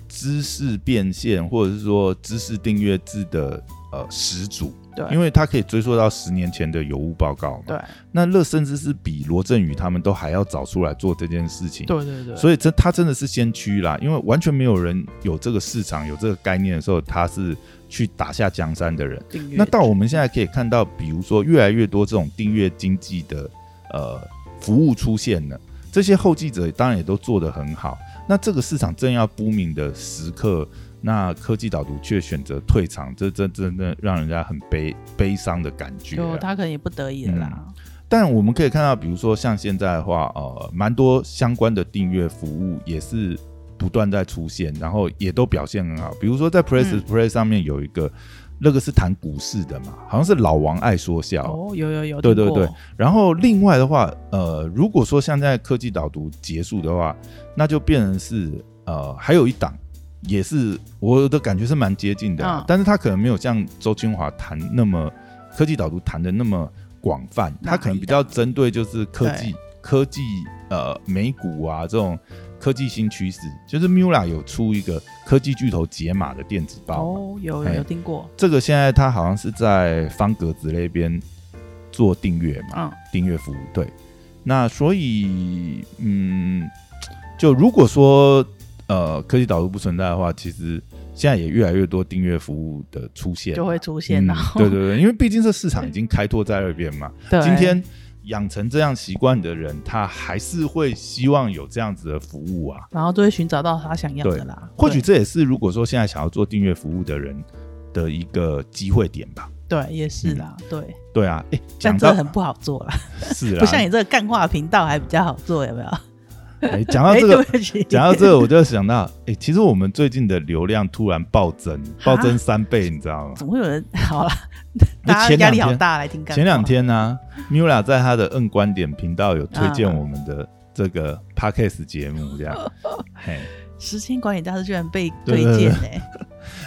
[SPEAKER 2] 知识变现或者是说知识订阅制的呃始祖，
[SPEAKER 1] 对，
[SPEAKER 2] 因
[SPEAKER 1] 为
[SPEAKER 2] 为它可以追溯到十年前的有物报告嘛。
[SPEAKER 1] 对
[SPEAKER 2] 那乐甚至是比罗振宇他们都还要早出来做这件事情。
[SPEAKER 1] 对对对，以
[SPEAKER 2] 所以这他真的是先驱啦，因为完全没有人有这个市场、有这个概念的时候，他是去打下江山的人。
[SPEAKER 1] 订阅
[SPEAKER 2] 那到我们现在可以看到，比如说越来越多这种订阅经济的呃服务出现了，这些后继者当然也都做得很好。那这个市场正要 booming 的时刻，那科技导读却选择退场，这这真的让人家很悲悲伤的感觉啊、嗯
[SPEAKER 1] 就他可能也不得已了啦，
[SPEAKER 2] 但我们可以看到，比如说像现在的话，呃，蛮多相关的订阅服务也是不断在出现，然后也都表现很好。比如说在 Press
[SPEAKER 1] 嗯
[SPEAKER 2] Play 上面有一个，那个是谈股市的嘛，好像是老王爱说笑。
[SPEAKER 1] 哦，有有有，
[SPEAKER 2] 对
[SPEAKER 1] 听
[SPEAKER 2] 对
[SPEAKER 1] 过
[SPEAKER 2] 对，然后另外的话，呃，如果说像在科技导读结束的话，那就变成是呃，还有一档也是我的感觉是蛮接近的啊、
[SPEAKER 1] 嗯
[SPEAKER 2] 但是他可能没有像周清华谈那么科技导读谈的那么广泛，
[SPEAKER 1] 哪
[SPEAKER 2] 他可能比较针对就是科技科技呃美股啊这种科技新趋势，就是 Mula 有出一个科技巨头解码的电子报嘛，
[SPEAKER 1] 哦，有有
[SPEAKER 2] 哎
[SPEAKER 1] 有听过，
[SPEAKER 2] 这个现在他好像是在方格子那边做订阅嘛，
[SPEAKER 1] 嗯，
[SPEAKER 2] 订阅服务。对，那所以嗯，就如果说呃科技导入不存在的话，其实现在也越来越多订阅服务的出现嘛，
[SPEAKER 1] 就会出现，啊
[SPEAKER 2] 嗯
[SPEAKER 1] 然后
[SPEAKER 2] 对对对，因为毕竟这市场已经开拓在那边嘛，
[SPEAKER 1] 对
[SPEAKER 2] 今天。养成这样习惯的人，他还是会希望有这样子的服务啊。
[SPEAKER 1] 然后就会寻找到他想要的啦。
[SPEAKER 2] 或许这也是如果说现在想要做订阅服务的人的一个机会点吧。
[SPEAKER 1] 对对也是啦，对，
[SPEAKER 2] 对啊，
[SPEAKER 1] 但
[SPEAKER 2] 哎、嗯讲
[SPEAKER 1] 这
[SPEAKER 2] 到
[SPEAKER 1] 很不好做啦，
[SPEAKER 2] 是啊，
[SPEAKER 1] 不像你这个干话频道还比较好做，有没有？
[SPEAKER 2] 哎讲到
[SPEAKER 1] 哎，
[SPEAKER 2] 这个
[SPEAKER 1] 对，不起，
[SPEAKER 2] 讲到这个，我就想到，哎、其实我们最近的流量突然暴增，暴增三倍，你知道吗？
[SPEAKER 1] 怎么会有人好 啦？
[SPEAKER 2] 那
[SPEAKER 1] 大家
[SPEAKER 2] 前
[SPEAKER 1] 压
[SPEAKER 2] 两
[SPEAKER 1] 力好
[SPEAKER 2] 天
[SPEAKER 1] 大，来听干话。
[SPEAKER 2] 前两天呢、m u l a 在他的“嗯观点”频道有推荐
[SPEAKER 1] 啊
[SPEAKER 2] 我们的这个 podcast 节目，这样，嘿，
[SPEAKER 1] 时间管理大师居然被
[SPEAKER 2] 对
[SPEAKER 1] 推
[SPEAKER 2] 对
[SPEAKER 1] 荐哎，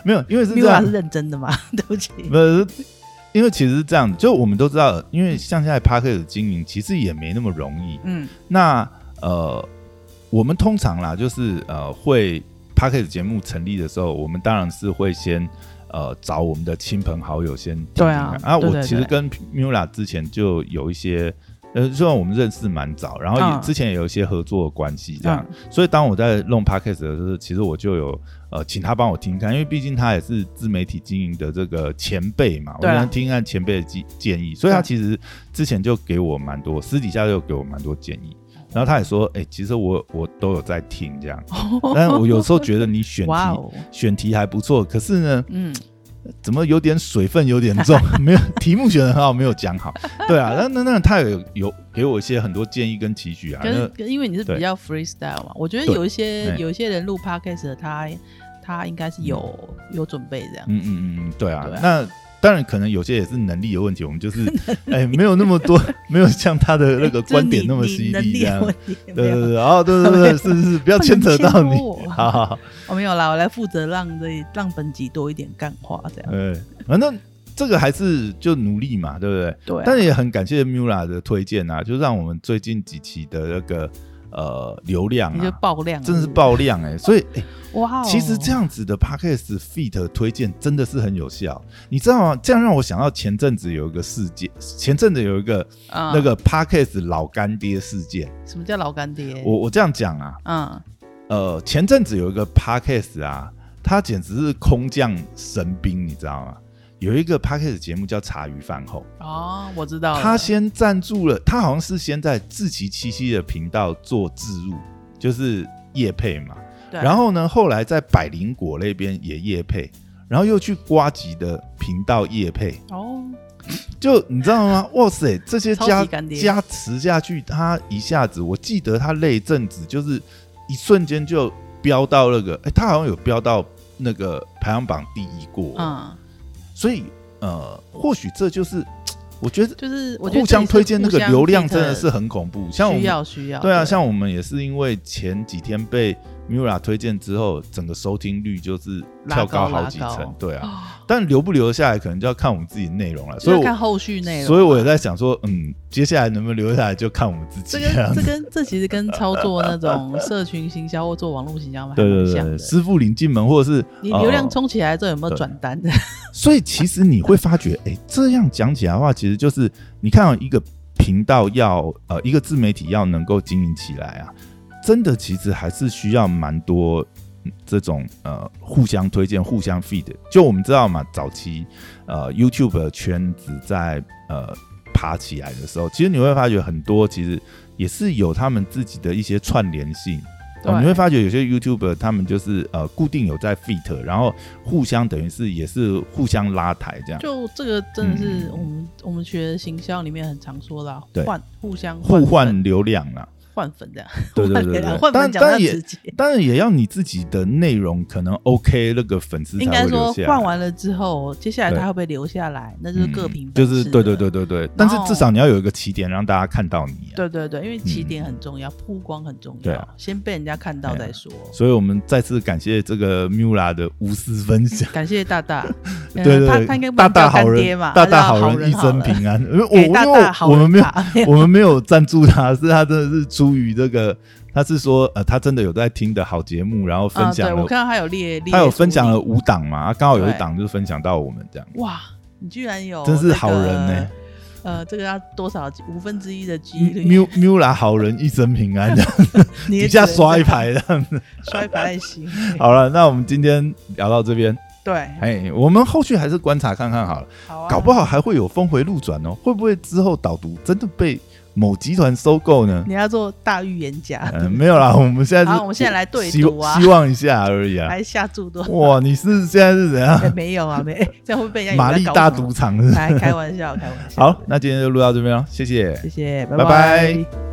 [SPEAKER 2] 没有，因为是
[SPEAKER 1] 米
[SPEAKER 2] 这样
[SPEAKER 1] 拉是，认真的吗？ 对不起，
[SPEAKER 2] 不是，因为其实是这样，就我们都知道，因为像现在 podcast 经营其实也没那么容易，
[SPEAKER 1] 嗯，
[SPEAKER 2] 那呃，我们通常啦，就是呃，会 p a c k a g e 节目成立的时候，我们当然是会先呃找我们的亲朋好友先听听
[SPEAKER 1] 对啊
[SPEAKER 2] 看啊，
[SPEAKER 1] 对
[SPEAKER 2] 我
[SPEAKER 1] 对
[SPEAKER 2] 其实
[SPEAKER 1] 对
[SPEAKER 2] 跟 Mula 之前就有一些呃，虽然我们认识蛮早，然后也
[SPEAKER 1] 嗯
[SPEAKER 2] 之前也有一些合作的关系这样，
[SPEAKER 1] 嗯
[SPEAKER 2] 所以当我在弄 podcast 的时候，其实我就有呃请他帮我听看，因为毕竟他也是自媒体经营的这个前辈嘛，我
[SPEAKER 1] 对啊
[SPEAKER 2] 想听看前辈的建建议，所以他
[SPEAKER 1] 对
[SPEAKER 2] 其实之前就给我蛮多，私底下就给我蛮多建议。
[SPEAKER 1] 哦
[SPEAKER 2] 然后他也说，哎、其实我我都有在听 这样，但我有时候觉得你选题、
[SPEAKER 1] 哇哦，
[SPEAKER 2] 选题还不错，可是呢，
[SPEAKER 1] 嗯，
[SPEAKER 2] 怎么有点水分有点 重，没有题目选的很好，没有讲好。对啊，那那那他有有给我一些很多建议跟期许啊。
[SPEAKER 1] 可是
[SPEAKER 2] 那
[SPEAKER 1] 可是因为你是
[SPEAKER 2] 对
[SPEAKER 1] 比较 freestyle 嘛，我觉得
[SPEAKER 2] 对
[SPEAKER 1] 有一些
[SPEAKER 2] 哎
[SPEAKER 1] 有一些人录 podcast 的他他应该是有有准备这样，
[SPEAKER 2] 嗯嗯嗯，对啊，
[SPEAKER 1] 对啊
[SPEAKER 2] 那。当然，可能有些也是能力的问题，我 们就是，哎、没有那么多， 没有像他的那个
[SPEAKER 1] 就是
[SPEAKER 2] 观点
[SPEAKER 1] 你
[SPEAKER 2] 那么
[SPEAKER 1] 你
[SPEAKER 2] 犀
[SPEAKER 1] 能
[SPEAKER 2] 利
[SPEAKER 1] 力
[SPEAKER 2] 这
[SPEAKER 1] 的
[SPEAKER 2] 样。
[SPEAKER 1] 问题
[SPEAKER 2] 对
[SPEAKER 1] 没
[SPEAKER 2] 对
[SPEAKER 1] 有
[SPEAKER 2] 对，哦，对对对，是是是，不要
[SPEAKER 1] 不能
[SPEAKER 2] 牵扯到
[SPEAKER 1] 牵
[SPEAKER 2] 你
[SPEAKER 1] 拖我。
[SPEAKER 2] 好好好，
[SPEAKER 1] 我没有啦，我来负责让这让本集多一点干话这样，
[SPEAKER 2] 对，反正这个还是就努力嘛，对不对？
[SPEAKER 1] 对啊，
[SPEAKER 2] 但也很感谢 Mula 的推荐啊，就让我们最近几期的那个呃流量
[SPEAKER 1] 你就
[SPEAKER 2] 啊，
[SPEAKER 1] 爆量了，
[SPEAKER 2] 真的是
[SPEAKER 1] 不
[SPEAKER 2] 爆量哎、所以哎、
[SPEAKER 1] 哇哦，
[SPEAKER 2] 其实这样子的 podcast feed 推荐真的是很有效，你知道吗？这样让我想到前阵子有一个事件，前阵子有一个、
[SPEAKER 1] 啊
[SPEAKER 2] 那个 podcast 老干爹事件。
[SPEAKER 1] 什么叫老干爹？
[SPEAKER 2] 我我这样讲啊，
[SPEAKER 1] 嗯，
[SPEAKER 2] 呃，前阵子有一个 podcast 啊，它简直是空降神兵，你知道吗？有一个 podcast 节目叫《茶余饭后》，
[SPEAKER 1] 哦，我知道了，
[SPEAKER 2] 他先赞助了，他好像是先在自奇七七的频道做置入，就是叶配嘛。
[SPEAKER 1] 对，
[SPEAKER 2] 然后呢，后来在百灵果那边也夜配，然后又去瓜吉的频道夜配，
[SPEAKER 1] 哦，
[SPEAKER 2] 就你知道 吗？哇塞，这些
[SPEAKER 1] 超
[SPEAKER 2] 加
[SPEAKER 1] 级干爹
[SPEAKER 2] 加持下去，他一下子，我记得他那一阵子就是一瞬间就飙到那个，哎、他好像有飙到那个排行榜第一过，
[SPEAKER 1] 嗯，
[SPEAKER 2] 所以呃，或许这就是。我觉得
[SPEAKER 1] 就是我觉得
[SPEAKER 2] 互相
[SPEAKER 1] 这也是
[SPEAKER 2] 推荐那
[SPEAKER 1] 互
[SPEAKER 2] 个
[SPEAKER 1] 相
[SPEAKER 2] 流量
[SPEAKER 1] fit
[SPEAKER 2] 真的是很恐怖，像我
[SPEAKER 1] 需
[SPEAKER 2] 们
[SPEAKER 1] 要需要，
[SPEAKER 2] 对啊，像我们也是因为前几天被 Mura 推荐之后，整个收听率就是跳高好几
[SPEAKER 1] 拉高拉
[SPEAKER 2] 层
[SPEAKER 1] 高，
[SPEAKER 2] 对啊。
[SPEAKER 1] 啊，
[SPEAKER 2] 但留不留得下来，可能就要看我们自己的内容了。所
[SPEAKER 1] 所
[SPEAKER 2] 以
[SPEAKER 1] 以看
[SPEAKER 2] 我，
[SPEAKER 1] 后续内容，
[SPEAKER 2] 所以我也在想说，嗯，接下来能不能留下来，就看我们自己
[SPEAKER 1] 这
[SPEAKER 2] 这样
[SPEAKER 1] 跟
[SPEAKER 2] 子。
[SPEAKER 1] 这跟这其实跟操作那种社群行销或做网络行销蛮
[SPEAKER 2] 对对
[SPEAKER 1] 像
[SPEAKER 2] 对，
[SPEAKER 1] 的。
[SPEAKER 2] 师傅领进门，或者是
[SPEAKER 1] 你流量
[SPEAKER 2] 呃
[SPEAKER 1] 冲起来之后有没有
[SPEAKER 2] 对
[SPEAKER 1] 转单？
[SPEAKER 2] 所以其实你会发觉，哎、这样讲起来的话，其实就是你看、哦、一个频道要呃一个自媒体要能够经营起来啊，真的其实还是需要蛮多嗯这种呃互相推荐、互相 feed 的。就我们知道嘛，早期呃 YouTube 的圈子在呃爬起来的时候，其实你会发觉很多其实也是有他们自己的一些串联性。哦
[SPEAKER 1] 对
[SPEAKER 2] 你会发觉有些 YouTuber 他们就是呃固定有在 feat，然后互相等于是也是互相拉抬这样，
[SPEAKER 1] 就这个真的是
[SPEAKER 2] 嗯
[SPEAKER 1] 我们、我们学行销里面很常说的啊
[SPEAKER 2] 对，
[SPEAKER 1] 换互相
[SPEAKER 2] 互
[SPEAKER 1] 换
[SPEAKER 2] 换流量 啦。
[SPEAKER 1] 换粉这样，
[SPEAKER 2] 对对
[SPEAKER 1] 换
[SPEAKER 2] 对
[SPEAKER 1] 流量
[SPEAKER 2] 对，
[SPEAKER 1] 换
[SPEAKER 2] 但
[SPEAKER 1] 粉讲得
[SPEAKER 2] 但
[SPEAKER 1] 很
[SPEAKER 2] 也
[SPEAKER 1] 直接。
[SPEAKER 2] 当然也要你自己的内容可能 OK，那个粉丝
[SPEAKER 1] 应
[SPEAKER 2] 才
[SPEAKER 1] 该
[SPEAKER 2] 会留
[SPEAKER 1] 说
[SPEAKER 2] 下来。
[SPEAKER 1] 换完了之后，接下来
[SPEAKER 2] 对
[SPEAKER 1] 他会不会留下来，那就是各凭
[SPEAKER 2] 嗯
[SPEAKER 1] 本
[SPEAKER 2] 就
[SPEAKER 1] 事了、
[SPEAKER 2] 是对对对对对，但是至少你要有一个起点让大家看到你、啊。
[SPEAKER 1] 对对对，因为起点很重要，曝光很重
[SPEAKER 2] 对
[SPEAKER 1] 要，
[SPEAKER 2] 啊
[SPEAKER 1] 先被人家看到
[SPEAKER 2] 哎呀
[SPEAKER 1] 再说。
[SPEAKER 2] 所以我们再次感谢这个 Mula 的无私分享。
[SPEAKER 1] 感谢大 大，嗯
[SPEAKER 2] 对对
[SPEAKER 1] 他
[SPEAKER 2] 对，
[SPEAKER 1] 他应该不
[SPEAKER 2] 大
[SPEAKER 1] 能
[SPEAKER 2] 大
[SPEAKER 1] 叫
[SPEAKER 2] 好
[SPEAKER 1] 干爹
[SPEAKER 2] 人
[SPEAKER 1] 嘛，，
[SPEAKER 2] 大
[SPEAKER 1] 他叫
[SPEAKER 2] 大
[SPEAKER 1] 好
[SPEAKER 2] 人一
[SPEAKER 1] 好
[SPEAKER 2] 生
[SPEAKER 1] 了，
[SPEAKER 2] 平安。因为我
[SPEAKER 1] 给
[SPEAKER 2] 因
[SPEAKER 1] 大
[SPEAKER 2] 为
[SPEAKER 1] 大好嗯
[SPEAKER 2] 我们没有
[SPEAKER 1] 卡
[SPEAKER 2] 我们没有赞助他，是他真的是出于这个，他是说呃，他真的有在听的好节目，然后分
[SPEAKER 1] 啊，对
[SPEAKER 2] 享了，
[SPEAKER 1] 我看到他有列列，
[SPEAKER 2] 他有分享了，五档嘛，啊刚好有一
[SPEAKER 1] 对
[SPEAKER 2] 档就是分享到我们这样，
[SPEAKER 1] 哇，你居然有，
[SPEAKER 2] 真是好人呢、
[SPEAKER 1] 呃，这个要多少五分之一的几率？
[SPEAKER 2] 缪缪拉好人一生平 安，这样
[SPEAKER 1] 你也
[SPEAKER 2] 底下
[SPEAKER 1] 只能
[SPEAKER 2] 刷
[SPEAKER 1] 这
[SPEAKER 2] 一
[SPEAKER 1] 样，
[SPEAKER 2] 排这样子。
[SPEAKER 1] 刷一排爱心。
[SPEAKER 2] 好了，那我们今天聊到这边，
[SPEAKER 1] 对，
[SPEAKER 2] 哎，我们后续还是观察看看好了。
[SPEAKER 1] 好啊，
[SPEAKER 2] 搞不好还会有峰回路转哦。会不会之后导读真的被某集团收 购呢？
[SPEAKER 1] 你要做大预言家，
[SPEAKER 2] 嗯、没有啦，我们现在是
[SPEAKER 1] 好我们现在来对
[SPEAKER 2] 希
[SPEAKER 1] 赌啊
[SPEAKER 2] 希望一下而已啊。
[SPEAKER 1] 来下注多少？
[SPEAKER 2] 哇，你是现在是怎样
[SPEAKER 1] 哎没有啊，没，哎 这样会被人家以
[SPEAKER 2] 玛
[SPEAKER 1] 为
[SPEAKER 2] 丽
[SPEAKER 1] 在搞
[SPEAKER 2] 大
[SPEAKER 1] 什
[SPEAKER 2] 赌
[SPEAKER 1] 么。 哎
[SPEAKER 2] 场是不是？
[SPEAKER 1] 来，开玩笑，开玩笑。
[SPEAKER 2] 好，那今天就录到这边了，谢谢。
[SPEAKER 1] 谢谢，
[SPEAKER 2] 拜
[SPEAKER 1] 拜
[SPEAKER 2] 拜